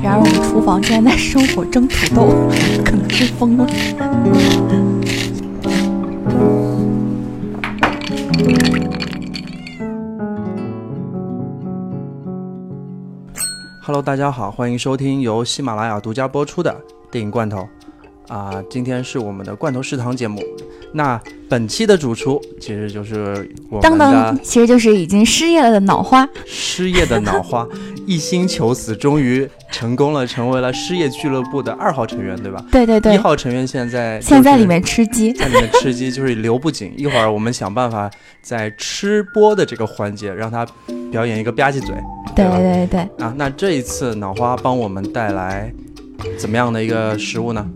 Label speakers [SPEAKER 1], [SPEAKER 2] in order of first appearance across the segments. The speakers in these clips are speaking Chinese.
[SPEAKER 1] 然而我们厨房现在在生火蒸土豆， 可能是疯了。
[SPEAKER 2] Hello，大家好，欢迎收听由喜马拉雅独家播出的电影罐头。啊、今天是我们的罐头食堂节目。那本期的主厨其实就是我
[SPEAKER 1] 当
[SPEAKER 2] 们
[SPEAKER 1] 当
[SPEAKER 2] 的，
[SPEAKER 1] 其实就是已经失业了的脑花。
[SPEAKER 2] 失业的脑花， 一心求死，终于成功了，成为了失业俱乐部的二号成员，对吧？
[SPEAKER 1] 对对
[SPEAKER 2] 一
[SPEAKER 1] 对，
[SPEAKER 2] 号成员现在、就是、
[SPEAKER 1] 现在里面吃鸡。
[SPEAKER 2] 在里面吃鸡就是留不紧，一会儿我 们想办法在吃播的这个环节让他表演一个吧唧嘴，
[SPEAKER 1] 对
[SPEAKER 2] 吧？
[SPEAKER 1] 对对，
[SPEAKER 2] 啊，那这一次脑花帮我们带来怎么样的一个食物呢？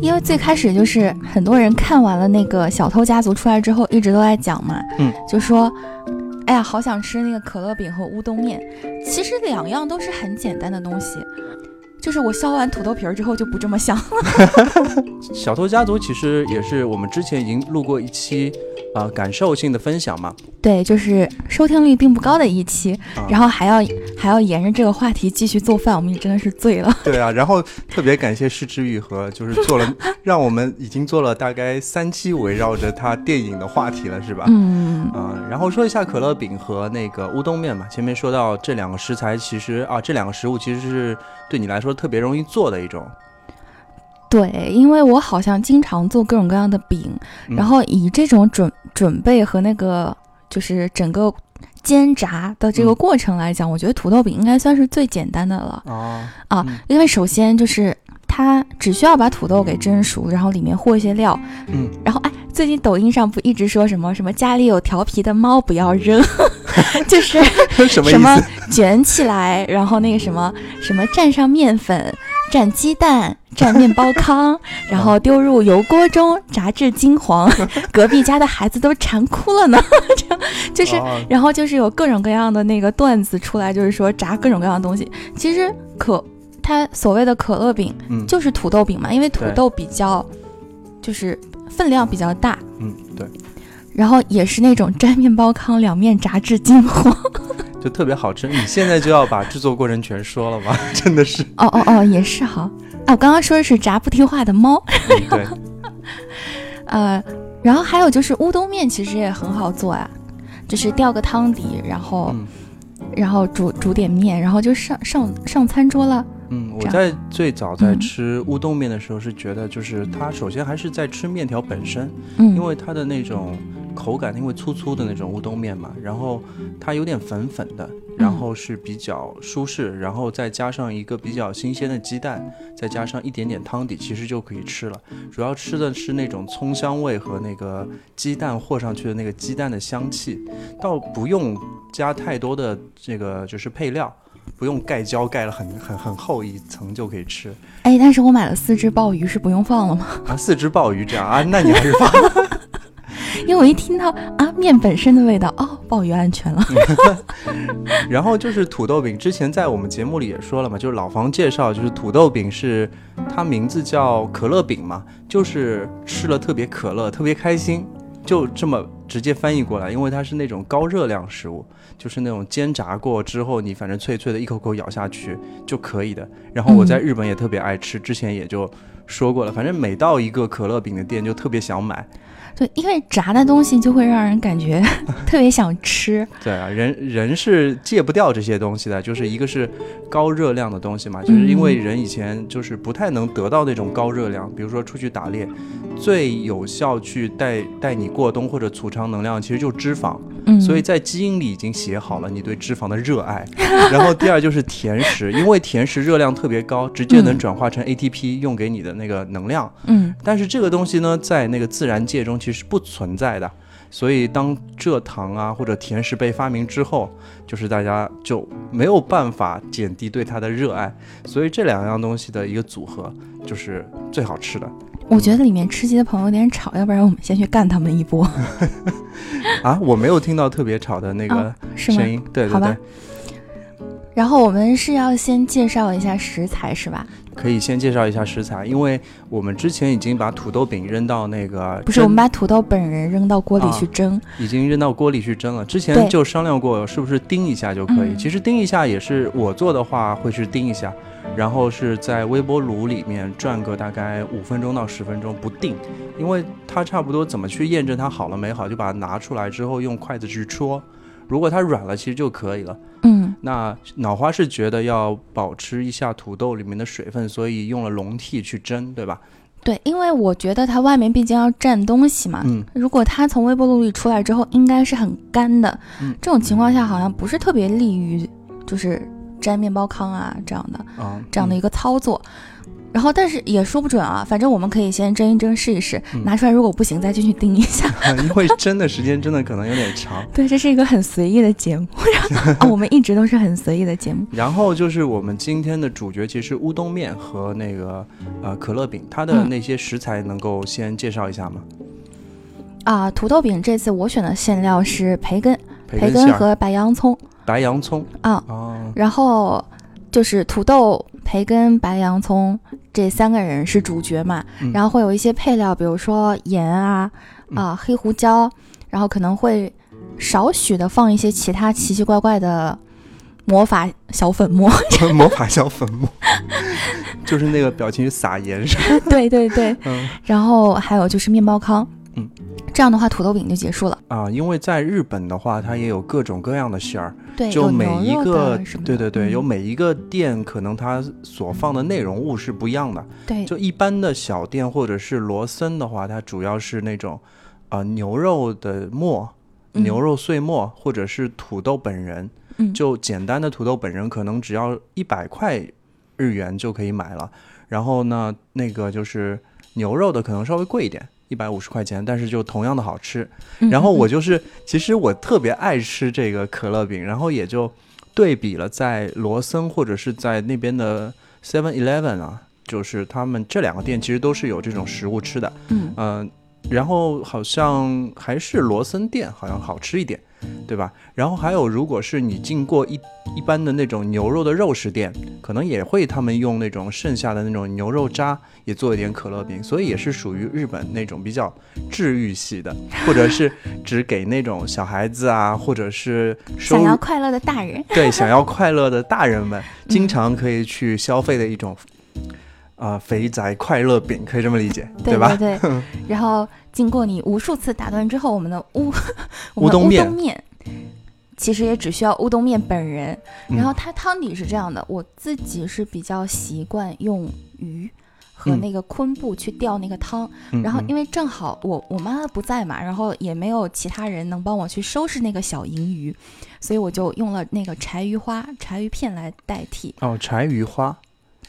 [SPEAKER 1] 因为最开始就是很多人看完了那个《小偷家族》出来之后，一直都在讲嘛，
[SPEAKER 2] 嗯，
[SPEAKER 1] 就说，哎呀，好想吃那个可乐饼和乌冬面。其实两样都是很简单的东西，就是我削完土豆皮儿之后就不这么想。
[SPEAKER 2] 小偷家族其实也是我们之前已经录过一期，呃，感受性的分享嘛。
[SPEAKER 1] 对，就是收听率并不高的一期，
[SPEAKER 2] 啊
[SPEAKER 1] 然后还要还要沿着这个话题继续做饭，我们也真的是醉了。
[SPEAKER 2] 对啊，然后特别感谢失之愈合，就是做了让我们已经做了大概三期围绕着他电影的话题了，是吧？
[SPEAKER 1] 嗯，
[SPEAKER 2] 嗯，然后说一下可乐饼和那个乌冬面嘛。前面说到这两个食材，其实啊，这两个食物其实是对你来说特别容易做的一种。
[SPEAKER 1] 对，因为我好像经常做各种各样的饼，
[SPEAKER 2] 嗯
[SPEAKER 1] 然后以这种准准备和那个就是整个煎炸的这个
[SPEAKER 2] 嗯
[SPEAKER 1] 过程来讲，我觉得土豆饼应该算是最简单的了
[SPEAKER 2] 哦，
[SPEAKER 1] 啊，
[SPEAKER 2] 嗯
[SPEAKER 1] 因为首先就是。它只需要把土豆给蒸熟，然后里面和一些料，
[SPEAKER 2] 嗯，
[SPEAKER 1] 然后哎，最近抖音上不一直说什么什么家里有调皮的猫不要扔， 就是
[SPEAKER 2] 什么意
[SPEAKER 1] 什么
[SPEAKER 2] 思？
[SPEAKER 1] 卷起来，然后那个什么什么蘸上面粉，蘸鸡蛋，蘸面包 糠，然后丢入油锅中炸至金黄， 隔壁家的孩子都馋哭了呢。 这样就是，
[SPEAKER 2] 哦
[SPEAKER 1] 然后就是有各种各样的那个段子出来，就是说炸各种各样的东西。其实可它所谓的可乐饼
[SPEAKER 2] 嗯
[SPEAKER 1] 就是土豆饼嘛，因为土
[SPEAKER 2] 对
[SPEAKER 1] 豆比较就是分量比较大，
[SPEAKER 2] 嗯，对，
[SPEAKER 1] 然后也是那种沾面包糠，两面炸至金黄。
[SPEAKER 2] 就特别好吃。你现在就要把制作过程全说了 吗？真的是，
[SPEAKER 1] 哦哦哦，也是哈。啊，我刚刚说的是炸不听话的猫，
[SPEAKER 2] 嗯、 对，
[SPEAKER 1] 呃，然后还有就是乌冬面，其实也很好做啊，就是吊个汤底，然后、
[SPEAKER 2] 嗯
[SPEAKER 1] 然后煮煮点面，然后就上上上餐桌了。
[SPEAKER 2] 嗯，我
[SPEAKER 1] 这样
[SPEAKER 2] 在最早在
[SPEAKER 1] 嗯
[SPEAKER 2] 吃乌冬面的时候是觉得，就是它首先还是在吃面条本身，
[SPEAKER 1] 嗯，
[SPEAKER 2] 因为它的那种口感，因为粗粗的那种乌冬面嘛，然后它有点粉粉的，然后是比较舒适，然后再加上一个比较新鲜的鸡蛋，再加上一点点汤底，其实就可以吃了。主要吃的是那种葱香味和那个鸡蛋和上去的那个鸡蛋的香气，倒不用加太多的这个呃就是配料。不用盖浇，盖了很很很厚一层就可以吃
[SPEAKER 1] 哎，但是我买了四只鲍鱼，是不用放了吗？
[SPEAKER 2] 啊！四只鲍鱼这样啊，那你还是放
[SPEAKER 1] 因为我一听到啊面本身的味道，哦，鲍鱼安全了。
[SPEAKER 2] 然后就是土豆饼，之前在我们节目里也说了嘛，就是老房介绍，就是土豆饼是它名字叫可乐饼嘛，就是吃了特别可乐，特别开心，就这么直接翻译过来，因为它是那种高热量食物，就是那种煎炸过之后，你反正脆脆的，一口口咬下去就可以的。然后我在日本也特别爱吃，之前也就说过了，反正每到一个可乐饼的店就特别想买。
[SPEAKER 1] 对，因为炸的东西就会让人感觉 特别想吃。
[SPEAKER 2] 对啊，人人是戒不掉这些东西的，就是一个是高热量的东西嘛，就是因
[SPEAKER 1] 嗯
[SPEAKER 2] 为人以前就是不太能得到那种高热量，比如说出去打猎，最有效去带带你过冬或者储藏能量，其实就是脂肪，
[SPEAKER 1] 嗯，
[SPEAKER 2] 所以在基因里已经写好了你对脂肪的热爱。然后第二就是甜食，因为甜食热量特别高，直接能
[SPEAKER 1] 嗯
[SPEAKER 2] 转化成 ATP 用给你的那个能量，
[SPEAKER 1] 嗯，
[SPEAKER 2] 但是这个东西呢，在那个自然界中其实不存在的。所以，当蔗糖啊或者甜食被发明之后，就是大家就没有办法减低对它的热爱。所以，这两样东西的一个组合就是最好吃的
[SPEAKER 1] 我觉得里面吃鸡的朋友有点吵，要不然我们先去干他们一波，
[SPEAKER 2] 啊！我没有听到特别吵的那个
[SPEAKER 1] 啊是吗
[SPEAKER 2] 声？音，对对
[SPEAKER 1] 好吧
[SPEAKER 2] 对，
[SPEAKER 1] 然后我们是要先介绍一下食材是吧？
[SPEAKER 2] 可以先介绍一下食材，因为我们之前已经把土豆饼扔到那个
[SPEAKER 1] 不是，
[SPEAKER 2] 蒸
[SPEAKER 1] 我们把土豆本人扔到锅里去蒸，
[SPEAKER 2] 已经扔到锅里去蒸了。之前
[SPEAKER 1] 对
[SPEAKER 2] 就商量过，是不是叮一下就可以？
[SPEAKER 1] 嗯
[SPEAKER 2] 其实叮一下也是我做的话会是叮一下，然后是在微波炉里面转个大概五分钟到十分钟，不定，因为它差不多怎么去验证它好了没好，就把它拿出来之后用筷子去戳，如果它软了其实就可以了。
[SPEAKER 1] 嗯，
[SPEAKER 2] 那脑花是觉得要保持一下土豆里面的水分，所以用了笼屉去蒸，对吧？
[SPEAKER 1] 对，因为我觉得它外面毕竟要蘸东西嘛。
[SPEAKER 2] 嗯，
[SPEAKER 1] 如果它从微波炉里出来之后，应该是很干的。
[SPEAKER 2] 嗯
[SPEAKER 1] 这种情况下好像不是特别利于就是粘面包糠啊这样的。
[SPEAKER 2] 啊、
[SPEAKER 1] 这样的一个操作。然后，但是也说不准啊，反正我们可以先蒸一蒸试一试，
[SPEAKER 2] 嗯
[SPEAKER 1] 拿出来如果不行再进去叮一下。
[SPEAKER 2] 个，嗯 因为蒸的时间真的可能有点长。
[SPEAKER 1] 对，这是一个很随意的节目，然后、啊我们一直都是很随意的节目。
[SPEAKER 2] 然后就是我们今天的主角，其实乌冬面和那个呃可乐饼，它的
[SPEAKER 1] 嗯
[SPEAKER 2] 那些食材能够先介绍一下吗？
[SPEAKER 1] 啊，土豆饼这次我选的馅料是培根、培
[SPEAKER 2] 根馅儿、
[SPEAKER 1] 和白洋葱
[SPEAKER 2] 白洋葱
[SPEAKER 1] 啊，
[SPEAKER 2] 哦，
[SPEAKER 1] 然后就是土豆、培根、白洋葱这三个人是主角嘛，
[SPEAKER 2] 嗯
[SPEAKER 1] 然后会有一些配料，比如说盐啊、
[SPEAKER 2] 嗯
[SPEAKER 1] 啊、黑胡椒，然后可能会少许的放一些其他奇奇怪怪的魔法小粉 末。
[SPEAKER 2] 魔法小 粉末，就是那个表情是撒盐是吧？
[SPEAKER 1] 对对对，
[SPEAKER 2] 嗯
[SPEAKER 1] 然后还有就是面包糠。
[SPEAKER 2] 嗯，
[SPEAKER 1] 这样的话土豆饼就结束了。
[SPEAKER 2] 啊，因为在日本的话，它也有各种各样的馅儿，
[SPEAKER 1] 对，
[SPEAKER 2] 就
[SPEAKER 1] 有
[SPEAKER 2] 每
[SPEAKER 1] 牛
[SPEAKER 2] 一
[SPEAKER 1] 肉
[SPEAKER 2] 个
[SPEAKER 1] 的什么的
[SPEAKER 2] 对对对，有
[SPEAKER 1] 嗯
[SPEAKER 2] 每一个店可能它所放的内容物是不一样的。
[SPEAKER 1] 对
[SPEAKER 2] 就一般的小店或者是罗森的话，它主要是那种啊、呃牛肉的末、
[SPEAKER 1] 嗯
[SPEAKER 2] 牛肉碎末，或者是土豆本人。
[SPEAKER 1] 嗯
[SPEAKER 2] 就简单的土豆本人可能只要一百块日元就可以买了。然后呢，那个就是牛肉的可能稍微贵一点。一百五十块钱，但是就同样的好吃。
[SPEAKER 1] 嗯
[SPEAKER 2] 然后我
[SPEAKER 1] 嗯
[SPEAKER 2] 就是，其实我特别爱吃这个可乐饼，然后也就对比了在罗森或者是在那边的 Seven Eleven 啊，就是他们这两个店其实都是有这种食物吃的，
[SPEAKER 1] 嗯
[SPEAKER 2] 嗯、然后好像还是罗森店好像好吃一点，对吧？然后还有，如果是你进过一一般的那种牛肉的肉食店，可能也会他们用那种剩下的那种牛肉渣也做一点可乐饼，所以也是属于日本那种比较治愈 系的，或者是只给那种小孩子啊，或者是收
[SPEAKER 1] 想 要快乐的嗯大人，
[SPEAKER 2] 对想要快乐的大人们经常可以去消费的一种。啊、肥宅快乐饼可以这么理解，
[SPEAKER 1] 对
[SPEAKER 2] 吧？嗯
[SPEAKER 1] 对对。然后经过你无数次打断之后，我们的乌我们
[SPEAKER 2] 乌
[SPEAKER 1] 的
[SPEAKER 2] 冬
[SPEAKER 1] 乌
[SPEAKER 2] 面
[SPEAKER 1] 冬面。其实也只需要乌冬面本人，
[SPEAKER 2] 嗯
[SPEAKER 1] 然后它汤底是这样的，我自己是比较习惯用鱼和
[SPEAKER 2] 嗯
[SPEAKER 1] 那个昆布去吊那个汤，
[SPEAKER 2] 嗯
[SPEAKER 1] 然后
[SPEAKER 2] 嗯
[SPEAKER 1] 因为正好我我妈不在嘛，然后也没有其他人能帮我去收拾那个小银鱼，所以我就用了那个柴鱼花、柴鱼片来代替，
[SPEAKER 2] 哦，柴鱼花，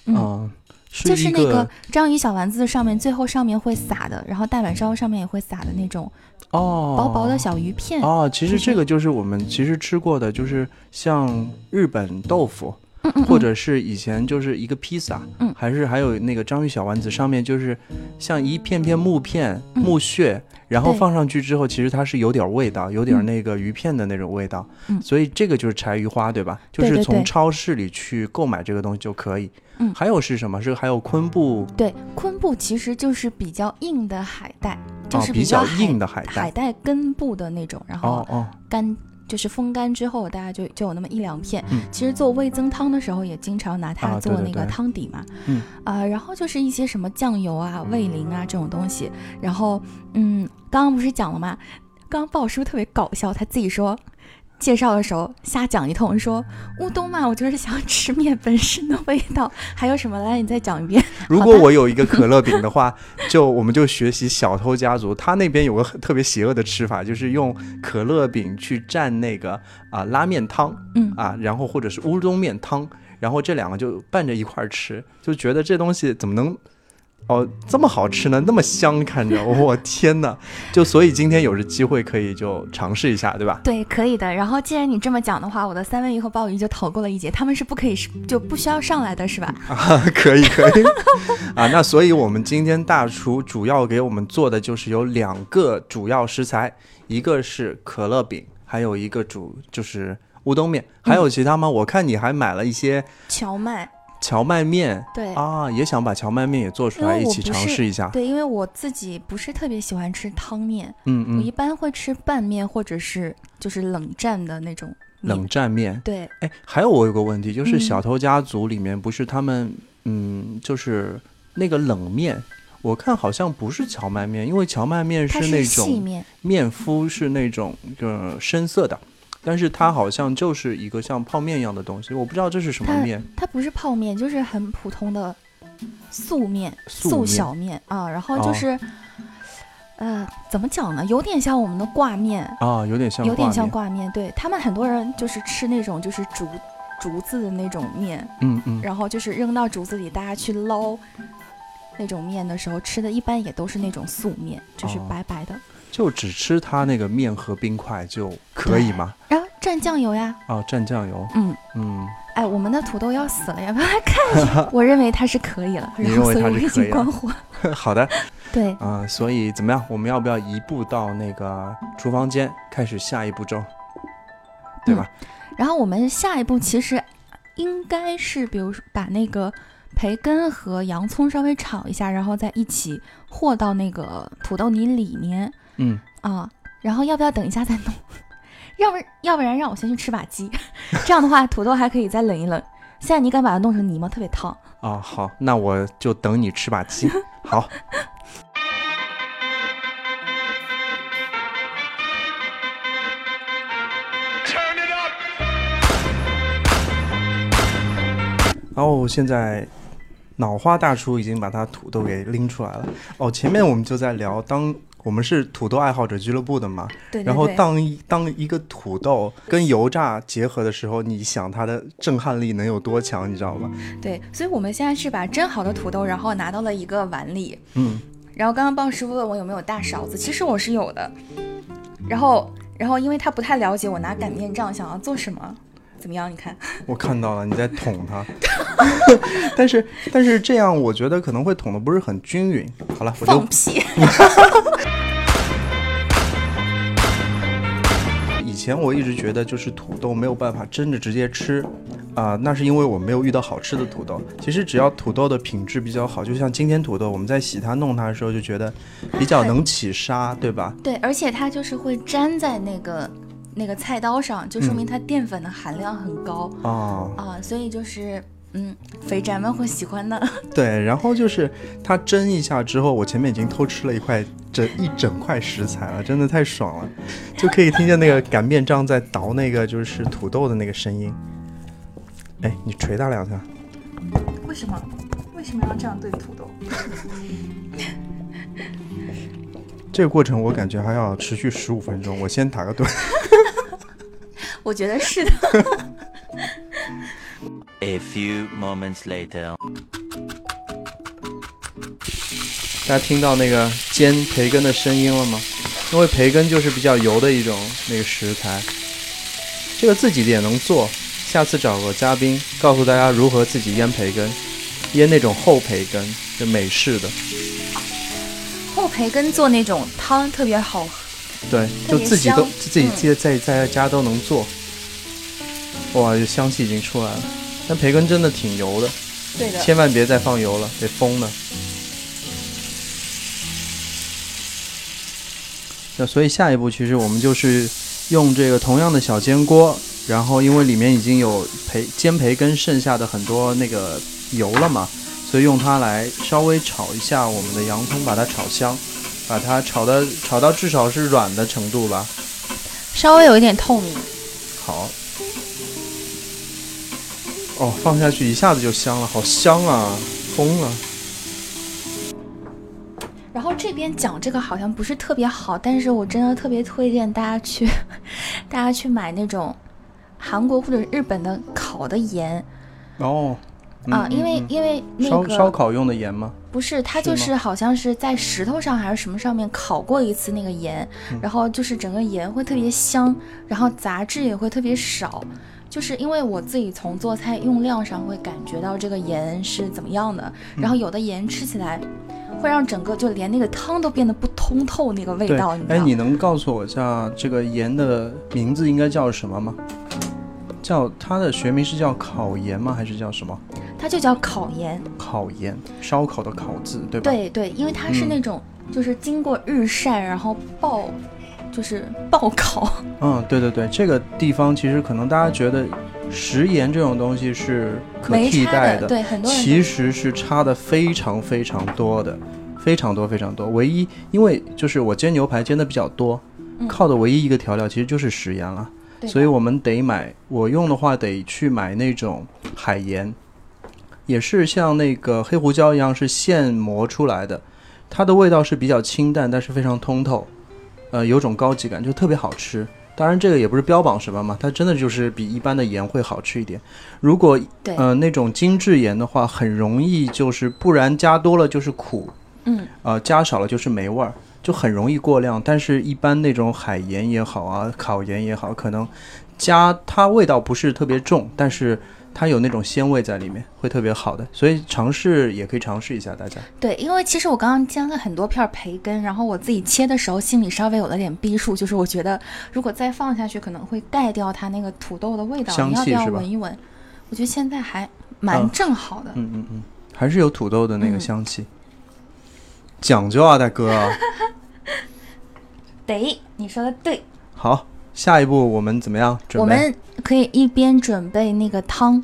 [SPEAKER 1] 嗯
[SPEAKER 2] 啊是
[SPEAKER 1] 就是
[SPEAKER 2] 一
[SPEAKER 1] 那个章鱼小丸子上面最后上面会撒的，然后大阪烧上面也会撒的那种
[SPEAKER 2] 哦
[SPEAKER 1] 薄薄的小鱼片，
[SPEAKER 2] 哦，其实
[SPEAKER 1] 就是
[SPEAKER 2] 这个就是我们其实吃过的，就是像日本豆腐，
[SPEAKER 1] 嗯嗯嗯
[SPEAKER 2] 或者是以前就是一个披萨，
[SPEAKER 1] 嗯
[SPEAKER 2] 还是还有那个章鱼小丸子，上面就是像一片片木片、
[SPEAKER 1] 嗯
[SPEAKER 2] 木屑，然后
[SPEAKER 1] 对
[SPEAKER 2] 放上去之后，其实它是有点味道，有点
[SPEAKER 1] 嗯
[SPEAKER 2] 那个鱼片的那种味道，
[SPEAKER 1] 嗯
[SPEAKER 2] 所以这个就是柴鱼花，对吧？就
[SPEAKER 1] 对
[SPEAKER 2] 是
[SPEAKER 1] 对
[SPEAKER 2] 从
[SPEAKER 1] 对
[SPEAKER 2] 超市里去购买这个东西就可以。
[SPEAKER 1] 嗯
[SPEAKER 2] 还有是什么？是还有昆布，
[SPEAKER 1] 对，昆布其实就是比较硬的海带，就
[SPEAKER 2] 哦
[SPEAKER 1] 是
[SPEAKER 2] 比
[SPEAKER 1] 较
[SPEAKER 2] 较
[SPEAKER 1] 海
[SPEAKER 2] 硬的海带。
[SPEAKER 1] 海带根部的那种，然后
[SPEAKER 2] 哦哦，
[SPEAKER 1] 干、就是风干之后，大家就就有那么一两片。
[SPEAKER 2] 嗯
[SPEAKER 1] 其实做味增汤的时候，也经常拿
[SPEAKER 2] 啊
[SPEAKER 1] 它
[SPEAKER 2] 对
[SPEAKER 1] 做
[SPEAKER 2] 对
[SPEAKER 1] 那个
[SPEAKER 2] 对
[SPEAKER 1] 汤底嘛。
[SPEAKER 2] 嗯
[SPEAKER 1] 啊、然后就是一些什么酱油啊、味淋啊这种东西。然后，嗯，刚刚不是讲了吗？刚刚鲍叔特别搞笑，他自己说。介绍的时候瞎讲一通，说乌冬嘛，我就是想吃面本身的味道，还有什么来？你再讲一遍。
[SPEAKER 2] 如
[SPEAKER 1] 好
[SPEAKER 2] 果
[SPEAKER 1] 吧
[SPEAKER 2] 我有一个可乐饼的话， 就我们就学习小偷家族，他那边有个很特别邪恶的吃法，就是用可乐饼去蘸那个啊、拉面汤
[SPEAKER 1] 嗯，
[SPEAKER 2] 啊，然后或者是乌冬面汤，然后这两个就拌着一块儿吃，就觉得这东西怎么能。哦，这么好吃呢，那么香，看着，我、天哪！就所以今天有这机会可以就尝试一下，对吧？
[SPEAKER 1] 对，可以的。然后，既然你这么讲的话，我的三文鱼和鲍鱼就逃过了一劫，他们是不可以是就不需要上来的，是吧？
[SPEAKER 2] 啊，可以可以 啊，那所以我们今天大厨主要给我们做的就是有两个主要食材，一个是可乐饼，还有一个主就是乌冬面，还有其他吗？我看你还买了一些
[SPEAKER 1] 荞麦，
[SPEAKER 2] 荞麦面
[SPEAKER 1] 对、
[SPEAKER 2] 啊，也想把荞麦面也做出来，
[SPEAKER 1] 因为
[SPEAKER 2] 一
[SPEAKER 1] 我
[SPEAKER 2] 起
[SPEAKER 1] 不
[SPEAKER 2] 尝
[SPEAKER 1] 是
[SPEAKER 2] 试一下。
[SPEAKER 1] 对，因为我自己不是特别喜欢吃汤面，
[SPEAKER 2] 嗯
[SPEAKER 1] 我一
[SPEAKER 2] 嗯，
[SPEAKER 1] 般会吃拌面或者是就是冷蘸的那种面
[SPEAKER 2] 冷蘸面。
[SPEAKER 1] 对，
[SPEAKER 2] 哎，还有我有个问题，就是
[SPEAKER 1] 嗯
[SPEAKER 2] 《小偷家族》里面不是他们，嗯，就是那个冷面，我看好像不是荞麦面，因为荞麦面
[SPEAKER 1] 它
[SPEAKER 2] 是那
[SPEAKER 1] 细
[SPEAKER 2] 种
[SPEAKER 1] 面，
[SPEAKER 2] 面敷是那种呃深色的，但是它好像就是一个像泡面一样的东西，我不知道这是什么面。
[SPEAKER 1] 它不是泡面，就是很普通的素面、
[SPEAKER 2] 素
[SPEAKER 1] 素
[SPEAKER 2] 面
[SPEAKER 1] 小面啊。然后
[SPEAKER 2] 哦
[SPEAKER 1] 就是，呃，怎么讲呢？有点像我们的挂面，
[SPEAKER 2] 啊，有点像
[SPEAKER 1] 有
[SPEAKER 2] 挂
[SPEAKER 1] 点像
[SPEAKER 2] 面，
[SPEAKER 1] 挂面。对他们很多人就是吃那种就是竹竹子的那种面，
[SPEAKER 2] 嗯嗯，
[SPEAKER 1] 然后就是扔到竹子里，大家去捞。那种面的时候吃的，一般也都是那种素面，就是
[SPEAKER 2] 哦
[SPEAKER 1] 白白的，
[SPEAKER 2] 就只吃它那个面和冰块就可以吗？
[SPEAKER 1] 然后蘸酱油呀。
[SPEAKER 2] 啊，蘸酱油，
[SPEAKER 1] 嗯，
[SPEAKER 2] 嗯，
[SPEAKER 1] 哎，我们的土豆要死 了，要不要来看一下？我认为它是可以了，
[SPEAKER 2] 你
[SPEAKER 1] 然
[SPEAKER 2] 认
[SPEAKER 1] 后
[SPEAKER 2] 为
[SPEAKER 1] 所以
[SPEAKER 2] 它是
[SPEAKER 1] 我已
[SPEAKER 2] 可以
[SPEAKER 1] 经
[SPEAKER 2] 了
[SPEAKER 1] 关 火。
[SPEAKER 2] 好的，
[SPEAKER 1] 对，
[SPEAKER 2] 啊、所以怎么样？我们要不要一步到那个厨房间开始下一步骤，对吧？
[SPEAKER 1] 然后我们下一步其实应该是，比如说把那个培根和洋葱稍微炒一下，然后再一起和到那个土豆泥里面
[SPEAKER 2] 嗯，
[SPEAKER 1] 啊。然后要不要等一下再弄？ 要不要不然让我先去吃把鸡， 这样的话土豆还可以再冷一冷。现在你敢把它弄成泥吗？特别烫。
[SPEAKER 2] 啊、好，那我就等你吃把 鸡。好，
[SPEAKER 3] Turn it up!
[SPEAKER 2] 然后哦现在脑花大叔已经把他土豆给拎出来了。哦，前面我们就在聊，当我们是土豆爱好者俱乐部的嘛，
[SPEAKER 1] 对对对。
[SPEAKER 2] 然后当一当一个土豆跟油炸结合的时候，你想它的震撼力能有多强，你知道吗？
[SPEAKER 1] 对，所以我们现在是把蒸好的土豆，然后拿到了一个碗里。
[SPEAKER 2] 嗯。
[SPEAKER 1] 然后刚刚鲍师傅问我有没有大勺子，其实我是有的。然后，然后因为他不太了解我拿擀面杖想要做什么，怎么样？你看，
[SPEAKER 2] 我看到了你在捅他， 但是但是这样我觉得可能会捅的不是很均匀。好了，我
[SPEAKER 1] 放
[SPEAKER 2] 就
[SPEAKER 1] 屁！
[SPEAKER 2] 以前我一直觉得就是土豆没有办法蒸着直接吃，啊、那是因为我没有遇到好吃的土豆。其实只要土豆的品质比较好，就像今天土豆，我们在洗它弄它的时候就觉得比较能起沙，对吧？
[SPEAKER 1] 对，而且它就是会粘在那个那个菜刀上，就说
[SPEAKER 2] 嗯
[SPEAKER 1] 明它淀粉的含量很高
[SPEAKER 2] 啊、
[SPEAKER 1] 啊、所以就是。嗯，肥宅们会喜欢的。
[SPEAKER 2] 对，然后就是它蒸一下之后，我前面已经偷吃了一块整一整块食材了，真的太爽了，就可以听见那个擀面杖在捣那个就是土豆的那个声音。哎，你捶它两下，
[SPEAKER 1] 为什么？为什么要这样对土豆？
[SPEAKER 2] 这个过程我感觉还要持续十五分钟，我先打个盹。
[SPEAKER 1] 我觉得是的。
[SPEAKER 4] A few moments later.
[SPEAKER 2] 大家听到那个煎培根的声音了吗？因为培根就是比较油的一种那个食材，这个自己也能做。下次找个嘉宾，告诉大家如何自己腌培根，腌那种厚培根，就美式的，
[SPEAKER 1] 厚培根做那种汤特别好喝。
[SPEAKER 2] 对，
[SPEAKER 1] 特
[SPEAKER 2] 就
[SPEAKER 1] 别
[SPEAKER 2] 自己都
[SPEAKER 1] 香
[SPEAKER 2] 自己
[SPEAKER 1] 嗯
[SPEAKER 2] 自己在在家都能做。哇，这香气已经出来了，但培根真的挺油的，
[SPEAKER 1] 对的，
[SPEAKER 2] 千万别再放油了，得疯了。那所以下一步其实我们就是用这个同样的小煎锅，然后因为里面已经有培煎培根剩下的很多那个油了嘛，所以用它来稍微炒一下我们的洋葱，把它炒香，把它炒的炒到至少是软的程度吧。
[SPEAKER 1] 稍微有一点透明。
[SPEAKER 2] 好。哦，放下去一下子就香了，好香啊，疯了。
[SPEAKER 1] 然后这边讲这个好像不是特别好，但是我真的特别推荐大家去，大家去买那种韩国或者日本的烤的盐
[SPEAKER 2] 哦，嗯
[SPEAKER 1] 啊，
[SPEAKER 2] 嗯
[SPEAKER 1] 因为
[SPEAKER 2] 嗯
[SPEAKER 1] 因为那
[SPEAKER 2] 烧烧
[SPEAKER 1] 个
[SPEAKER 2] 烤用的盐吗？
[SPEAKER 1] 不是它
[SPEAKER 2] 是
[SPEAKER 1] 就
[SPEAKER 2] 吗
[SPEAKER 1] 是好像是在石头上还是什么上面烤过一次那个盐，
[SPEAKER 2] 嗯
[SPEAKER 1] 然后就是整个盐会特别香，然后杂质也会特别少。就是因为我自己从做菜用量上会感觉到这个盐是怎么样的，
[SPEAKER 2] 嗯
[SPEAKER 1] 然后有的盐吃起来会让整个就连那个汤都变得不通透那个味
[SPEAKER 2] 对
[SPEAKER 1] 道，你，知
[SPEAKER 2] 哎，
[SPEAKER 1] 道吗
[SPEAKER 2] 你能告诉我一下这个盐的名字应该叫什么吗？叫它的学名是叫烤盐吗？还是叫什么？
[SPEAKER 1] 它就叫烤盐。
[SPEAKER 2] 烤盐，烧烤的烤字，对吧？
[SPEAKER 1] 对对，因为它是
[SPEAKER 2] 嗯
[SPEAKER 1] 那种、就是经过日晒然后爆，就是爆烤。
[SPEAKER 2] 嗯，对对对，这个地方其实可能大家觉得食盐这种东西是可
[SPEAKER 1] 没
[SPEAKER 2] 替
[SPEAKER 1] 差
[SPEAKER 2] 代
[SPEAKER 1] 对，很多人
[SPEAKER 2] 其实是差的非常非常多的，非常多非常多。唯一因为就是我煎牛排煎的比较多，
[SPEAKER 1] 嗯
[SPEAKER 2] 靠的唯一一个调料其实就是食盐了，
[SPEAKER 1] 对
[SPEAKER 2] 所以我们得买，我用的话得去买那种海盐，也是像那个黑胡椒一样是现磨出来的，它的味道是比较清淡，但是非常通透，呃，有种高级感，就特别好吃。当然，这个也不是标榜什么嘛，它真的就是比一般的盐会好吃一点。如果
[SPEAKER 1] 对，
[SPEAKER 2] 呃，那种精致盐的话，很容易就是，不然加多了就是苦，
[SPEAKER 1] 嗯，
[SPEAKER 2] 呃，加少了就是没味儿，就很容易过量。但是，一般那种海盐也好啊，烤盐也好，可能加它味道不是特别重，但是它有那种鲜味在里面，会特别好的。所以尝试也可以尝试一下，大家。
[SPEAKER 1] 对，因为其实我刚刚煎了很多片儿培根，然后我自己切的时候心里稍微有了点逼数，就是我觉得如果再放下去可能会盖掉它那个土豆的味道，
[SPEAKER 2] 香
[SPEAKER 1] 你要不
[SPEAKER 2] 气
[SPEAKER 1] 要
[SPEAKER 2] 是吧
[SPEAKER 1] 闻一闻？我觉得现在还蛮
[SPEAKER 2] 嗯
[SPEAKER 1] 正好的。
[SPEAKER 2] 嗯嗯嗯，还是有土豆的那个
[SPEAKER 1] 嗯
[SPEAKER 2] 香气，讲究啊，大哥啊。
[SPEAKER 1] 得，你说的对，
[SPEAKER 2] 好，下一步我们怎么样？
[SPEAKER 1] 我
[SPEAKER 2] 准备
[SPEAKER 1] 们可以一边准备那个汤，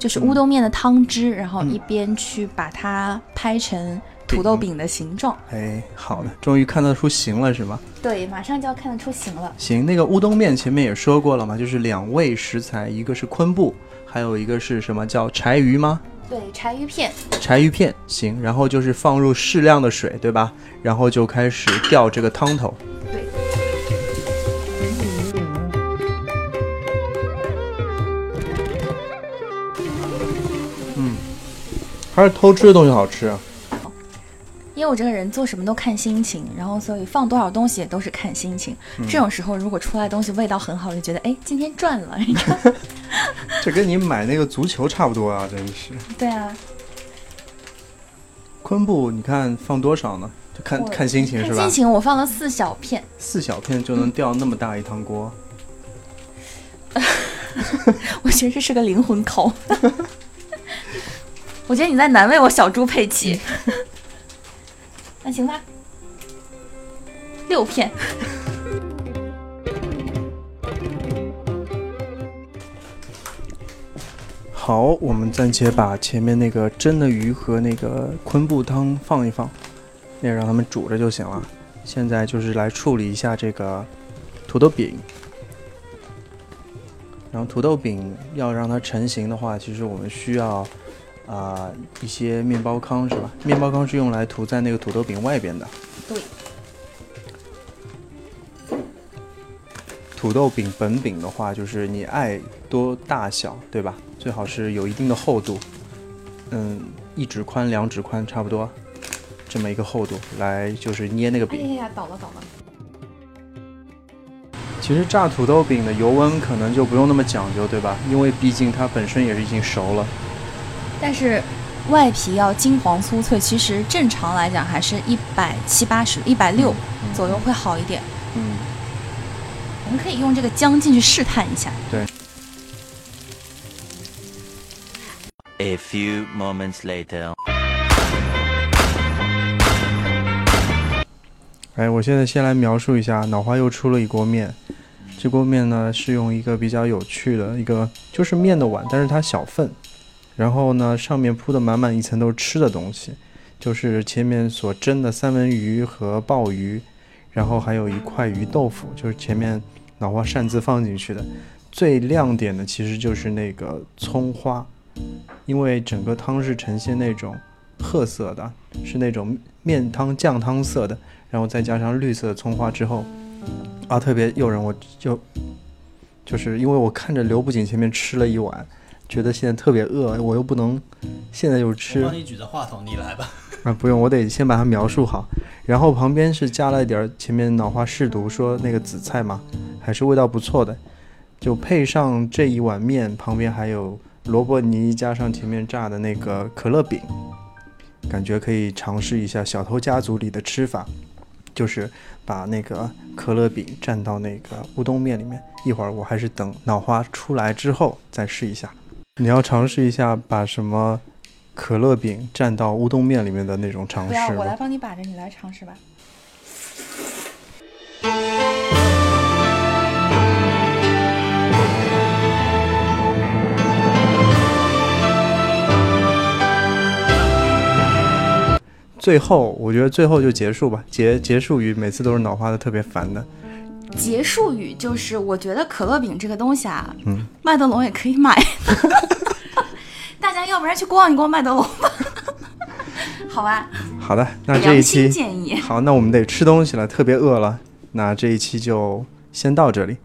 [SPEAKER 1] 就是
[SPEAKER 2] 嗯
[SPEAKER 1] 乌冬面的汤汁，然后一边去把它拍成土豆饼的形状。
[SPEAKER 2] 哎，好的，终于看得出形了，是吧？
[SPEAKER 1] 对，马上就要看得出形了。
[SPEAKER 2] 行，那个乌冬面前面也说过了嘛，就是两味食材，一个是昆布，还有一个是什么叫柴鱼吗？
[SPEAKER 1] 对，柴鱼片，
[SPEAKER 2] 柴鱼片。行，然后就是放入适量的水，对吧？然后就开始吊这个汤头。
[SPEAKER 1] 对。
[SPEAKER 2] 嗯，还是偷吃的东西好吃啊。
[SPEAKER 1] 因为我这个人做什么都看心情，然后所以放多少东西也都是看心情。
[SPEAKER 2] 嗯
[SPEAKER 1] 这种时候如果出来东西味道很好，就觉得哎今天赚 了。你看，
[SPEAKER 2] 这跟你买那个足球差不多啊，真是。
[SPEAKER 1] 对啊，
[SPEAKER 2] 昆布，你看放多少呢？就看
[SPEAKER 1] 我
[SPEAKER 2] 看心情是
[SPEAKER 1] 看
[SPEAKER 2] 吧
[SPEAKER 1] 心？情，我放了四小片，
[SPEAKER 2] 四小片就能吊那么大一汤锅。
[SPEAKER 1] 我觉得这是个灵魂拷。 我觉得你在难为我小猪佩奇。那行吧，六片，
[SPEAKER 2] 好，我们暂且把前面那个蒸的鱼和那个昆布汤放一放，那让它们煮着就行了。现在就是来处理一下这个土豆饼。然后土豆饼要让它成型的话，其实我们需要啊、一些面包糠是吧？面包糠是用来涂在那个土豆饼外边的。
[SPEAKER 1] 对。
[SPEAKER 2] 土豆饼本饼的话，就是你爱多大小，对吧？最好是有一定的厚度，嗯，一指宽、两指宽差不多，这么一个厚度来就是捏那个
[SPEAKER 1] 哎
[SPEAKER 2] 饼。
[SPEAKER 1] 呀呀，倒了倒了。
[SPEAKER 2] 其实炸土豆饼的油温可能就不用那么讲究，对吧？因为毕竟它本身也是已经熟了。
[SPEAKER 1] 但是外皮要金黄酥脆，其实正常来讲还是一百七八十、一百六
[SPEAKER 2] 嗯
[SPEAKER 1] 左右会好一点。
[SPEAKER 2] 嗯，
[SPEAKER 1] 我们可以用这个姜进去试探一下。
[SPEAKER 4] A few moments later.
[SPEAKER 2] 哎，我现在先来描述一下，脑花又出了一锅面。这锅面呢是用一个比较有趣的一个，就是面的碗，但是它小份，然后呢上面铺的满满一层都是吃的东西，就是前面所蒸的三文鱼和鲍鱼，然后还有一块鱼豆腐，就是前面脑花擅自放进去的。最亮点的其实就是那个葱花，因为整个汤是呈现那种褐色的，是那种面汤酱汤色的，然后再加上绿色的葱花之后，啊，特别诱人。我就就是因为我看着刘不仅前面吃了一碗，觉得现在特别饿，我又不能现在就吃
[SPEAKER 5] 我帮你举着话筒，你来吧。
[SPEAKER 2] 啊，不用，我得先把它描述好。然后旁边是加了一点儿前面脑花试读说那个紫菜嘛，还是味道不错的。就配上这一碗面，旁边还有萝卜泥，加上前面炸的那个可乐饼，感觉可以尝试一下小偷家族里的吃法。就是把那个可乐饼蘸到那个乌冬面里面。一会儿我还是等脑花出来之后再试一下。你要尝试一下把什么可乐饼蘸到乌冬面里面的那种尝
[SPEAKER 1] 不
[SPEAKER 2] 试
[SPEAKER 1] 要，我
[SPEAKER 2] 吗
[SPEAKER 1] 来帮你把着，你来尝试吧。
[SPEAKER 2] 最后，我觉得最后就结束吧，结结束于每次都是脑花的特别烦的。
[SPEAKER 1] 结束语就是，我觉得可乐饼这个东西啊，
[SPEAKER 2] 嗯
[SPEAKER 1] 麦德龙也可以买。 大家要不然去逛一逛麦德龙吧， 好吧？
[SPEAKER 2] 好的，那这一
[SPEAKER 1] 良心
[SPEAKER 2] 期
[SPEAKER 1] 建议，
[SPEAKER 2] 好，那我们得吃东西了，特别饿了。那这一期就先到这里，